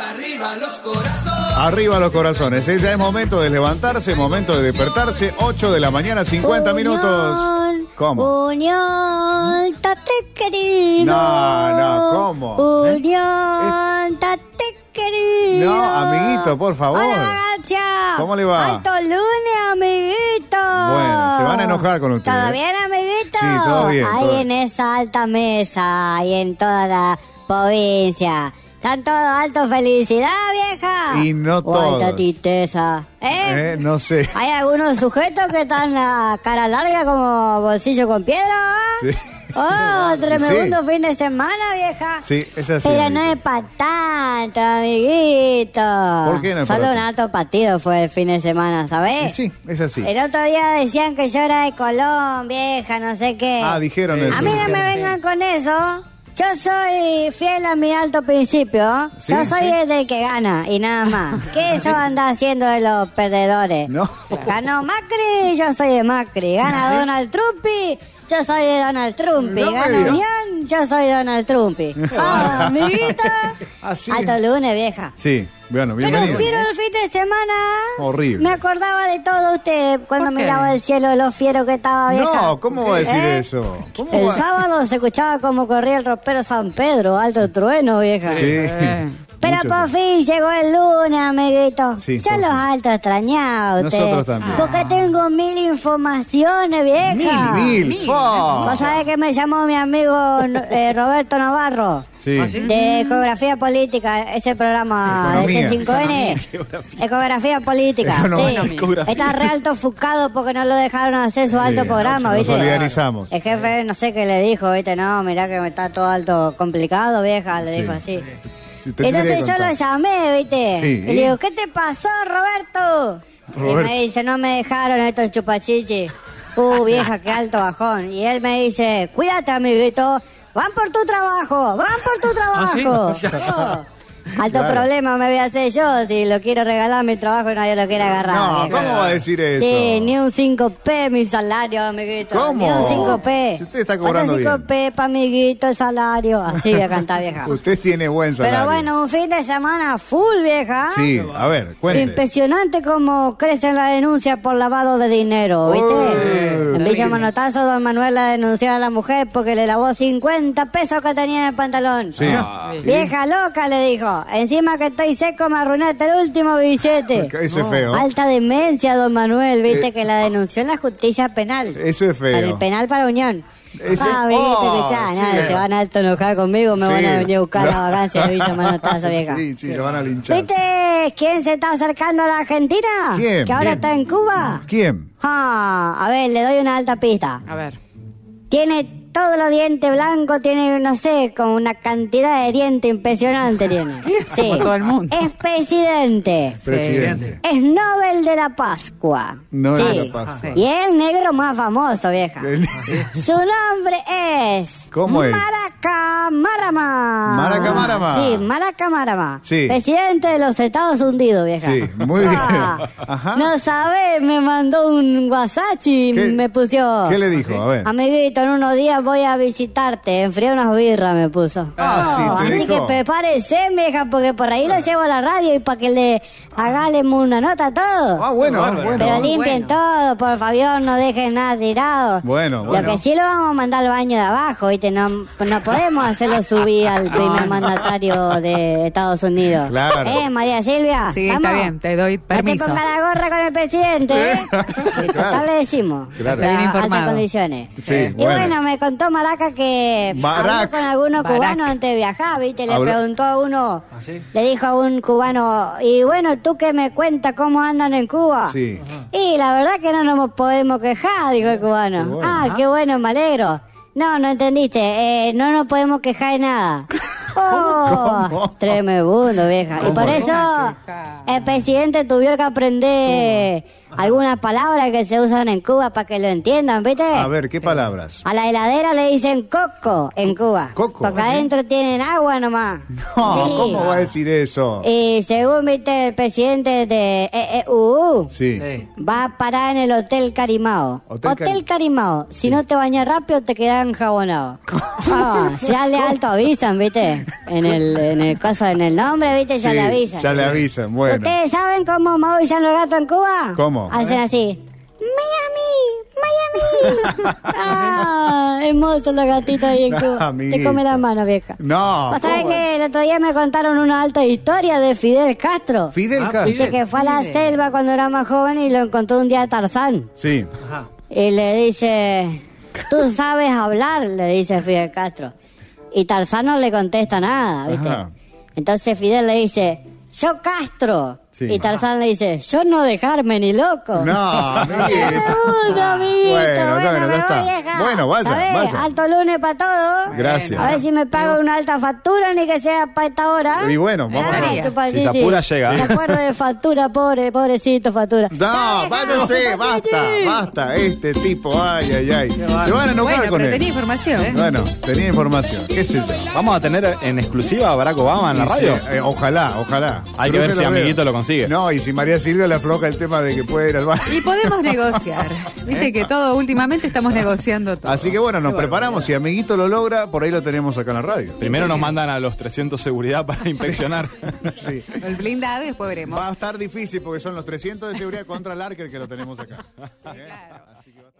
Arriba los corazones. Arriba los corazones. ¿eh? Ya es momento de levantarse, momento de despertarse. 8 de la mañana, 50 minutos. Unión, ¿Cómo? Unión, tate querido. No, no, ¿cómo? ¿Eh? Unión, tate querido. No, amiguito, por favor. Hola, García. ¿Cómo le va? Alto lunes, amiguito. Bueno, se van a enojar con ustedes, ¿Todo ¿eh? bien, amiguito? Sí, todo bien, Ahí todo en esa alta mesa y en toda la provincia. ¿Están todos alto felicidad, vieja? Y no o alta todos. tristeza. ¿Eh? Eh, no sé. Hay algunos sujetos que están la cara larga como bolsillo con piedra. ¿eh? Sí. Oh, tremendo Sí. fin de semana, vieja. Sí, es así. Pero amiguito. no es para tanto, amiguito. ¿Por qué no es pa' Solo un tanto? alto partido fue el fin de semana, Y ¿sabés? Sí, es así. El otro día decían que yo era de Colón, vieja, no sé qué. Ah, dijeron Sí. eso. eh. A mí no me vengan con eso. Yo soy fiel a mi alto principio. Sí, Yo soy sí. el del que gana y nada más. ¿Qué eso anda haciendo de los perdedores? No. Ganó Macri, yo soy de Macri. Gana Donald Trumpi, yo soy de Donald Trumpi. No me Gana digas. Unión, yo soy Donald Trumpi. Ah, amiguita. Así. Alto lunes, vieja. Sí, bueno, Pero bienvenido. fiero el fin de semana. Horrible. Me acordaba de todo usted cuando ¿Por qué? miraba el cielo, lo fiero que estaba vieja. No, ¿cómo va a decir ¿Eh? eso? ¿Cómo El va- sábado se escuchaba como corría el ropero San Pedro, alto trueno, vieja. Sí. Eh. Pero Mucho- por fin llegó el lunes, amiguito. Sí, Yo por los fin. altos extrañaba a usted. Nosotros también. Ah. Porque tengo mil informaciones, vieja. Mil, mil. Mil. fa. Vos sabés que me llamó mi amigo eh, Roberto Navarro. Sí. ¿Ah, sí? De ecografía política, ese programa Economía. de 5N. Ecografía política. Economía. sí. Está re alto focado porque no lo dejaron hacer su alto Sí, programa, nos ¿viste? solidarizamos. El jefe no sé qué le dijo, ¿viste? No, mirá que me está todo alto complicado, vieja, le Sí. dijo así. Sí, te tendría que Entonces yo contar. lo llamé, ¿viste? Sí, y ¿y? le digo, ¿qué te pasó, Roberto? Roberto. Y me dice, no me dejaron estos chupachichis. Uh, vieja, qué alto bajón. Y él me dice, cuídate, amiguito. Van por tu trabajo, van por tu trabajo. ¿Ah, sí? Ya Oh, sabe. Alto Claro. problema me voy a hacer yo si lo quiero regalar mi trabajo y nadie lo quiere agarrar. No, vieja. ¿cómo va a decir eso? Sí, ni un 5P mi salario, amiguito. ¿Cómo? Ni un 5P. Si usted está cobrando Otro 5P para amiguito el salario. Así voy a cantar, vieja. Usted tiene buen salario. Pero bueno, ah. un fin de semana full, vieja. Sí, a ver, cuente. Impresionante como crecen las denuncias por lavado de dinero, ¿viste? Uy, en Villa sí. Manotazo, don Manuel la denunció a la mujer porque le lavó 50 pesos que tenía en el pantalón. Sí. Ah. Vieja loca, le dijo. Encima que estoy seco, me arruinaste el último billete. Eso es feo. Alta demencia, don Manuel, viste Eh. que la denunció en la justicia penal. Eso es feo. En el penal para Unión. Ese- Ah, viste Oh, que ya, sí. nada, se van a alto enojar conmigo, me Sí. van a venir a buscar la No. vacancia de Villa Manotazo, vieja. Sí, sí, lo van a linchar. ¿Viste quién se está acercando a la Argentina? ¿Quién? Que ahora Bien. está en Cuba. ¿Quién? Ah, a ver, le doy una alta pista. A ver. Tiene todos los dientes blancos, tiene, no sé, como una cantidad de dientes impresionante tiene. Sí. Como todo el mundo. Es presidente. Presidente. Es Nobel de la Pascua. Nobel de la Sí. Pascua. Y es el negro más famoso, vieja. El- Su nombre es. ¿Cómo es? Maraca Marama. Maraca Marama. Sí, Maraca Marama. Sí. Presidente de los Estados Unidos, vieja. Sí, muy bien. Ah, Ajá. No sabés, me mandó un WhatsApp y ¿Qué- me puso. ¿Qué le dijo? A ver. Amiguito, en unos días voy a visitarte. Enfrié unas birras, me puso. Oh. Ah, sí, te así dijo. Ah. que prepárese, vieja, porque por ahí lo llevo a la radio y para que le hagálemos una nota a todo. Ah, bueno, ah, Bárbaro. bueno. Pero limpien Bueno. todo, por favor, no dejen nada tirado. Bueno, Lo bueno. que sí lo vamos a mandar al baño de abajo, ¿viste? No, no podemos hacerlo subir al primer mandatario de Estados Unidos. Claro. ¿Eh, María Silvia? Sí, está ¿Estamos? bien, te doy permiso. No te pongas la gorra con el presidente, ¿eh? Sí. Total le decimos. Claro. Está Bien Altas informado. condiciones. Sí, y bueno. bueno, me contó Maraca que habló Maraca. con algunos Maraca. cubanos antes de viajar, ¿viste? Le Habló- preguntó a uno, ¿Ah, sí? le dijo a un cubano, y bueno, ¿tú qué me cuentas cómo andan en Cuba? Sí. Y la verdad que no nos podemos quejar, dijo el cubano. Qué bueno. ah, qué bueno, me alegro. No, no entendiste. Eh, no nos podemos quejar de nada. Oh, ¿Cómo? tremendo, vieja. Y ¿Cómo por es? eso el presidente tuvo que aprender algunas palabras que se usan en Cuba para que lo entiendan, ¿viste? A ver, ¿qué palabras? A la heladera le dicen coco en Cuba. Coco, ¿ah, Porque ¿sí? adentro tienen agua nomás. No, Sí. ¿cómo va a decir eso? Y según viste el presidente de EEUU, Sí. Sí. Va a parar en el Hotel Carimao. Hotel, Hotel Cari- Carimao. Si no te bañas rápido, te quedas enjabonado. Ah, ya de alto avisan, ¿viste? en el, en el caso, en el nombre, viste, ya Sí, le avisan. Ya le avisan, bueno. ¿Ustedes saben cómo maullan los gatos en Cuba? ¿Cómo? Hacen así. ¡Miami! ¡Miami! ¡Ah! Hermosos los gatitos ahí en No, Cuba. Te Ah, amiguito. come la mano, vieja. No. ¿Vos sabés ¿cómo? que Pues, el otro día me contaron una alta historia de Fidel Castro? Fidel Ah, Castro. Fidel. Dice que fue a la Fidel. selva cuando era más joven y lo encontró un día Tarzán. Sí. Ajá. Y le dice, tú sabes hablar, le dice Fidel Castro. Y Tarzán no le contesta nada, ¿viste? Ajá. Entonces Fidel le dice, yo Castro. Sí. Y Tarzán le dice, yo no dejarme ni loco. No, no. Dame uno, amiguito. Ah, Bueno, bueno, ya Bueno, me voy, está. vieja. Bueno, vaya, ¿Sabés? vaya. Alto lunes para todos. Gracias. A ver si me pago una alta factura, ni que sea para esta hora. Y bueno, vamos Ah, a- chupa, Si sí, se sí. apura, llega. ¿eh? Me acuerdo de factura, pobre, pobrecito, factura. No, váyanse, váyase, basta, basta. Este tipo, ay, ay, ay. Se bárbaro. van a enojar Bueno, con pero él. tenía información. ¿eh? Bueno, tenía información. ¿Qué es eso? Vamos a tener en exclusiva a Barack Obama en la radio. eh, ojalá, ojalá. Hay que ver Crucen si los Amiguito dedos. lo consigue. No, y si María Silvia le afloja el tema de que puede ir al bar. Y podemos negociar. Viste que todo, últimamente estamos negociando todo. Así que bueno, nos preparamos. Si Amiguito lo logra, por ahí lo tenemos acá en la radio. Primero nos mandan a los 300 seguridad para inspeccionar. Sí. El blindado y después veremos. Va a estar difícil porque son los 300 de seguridad contra el Arker que lo tenemos acá. ¿Eh? Así que va a estar-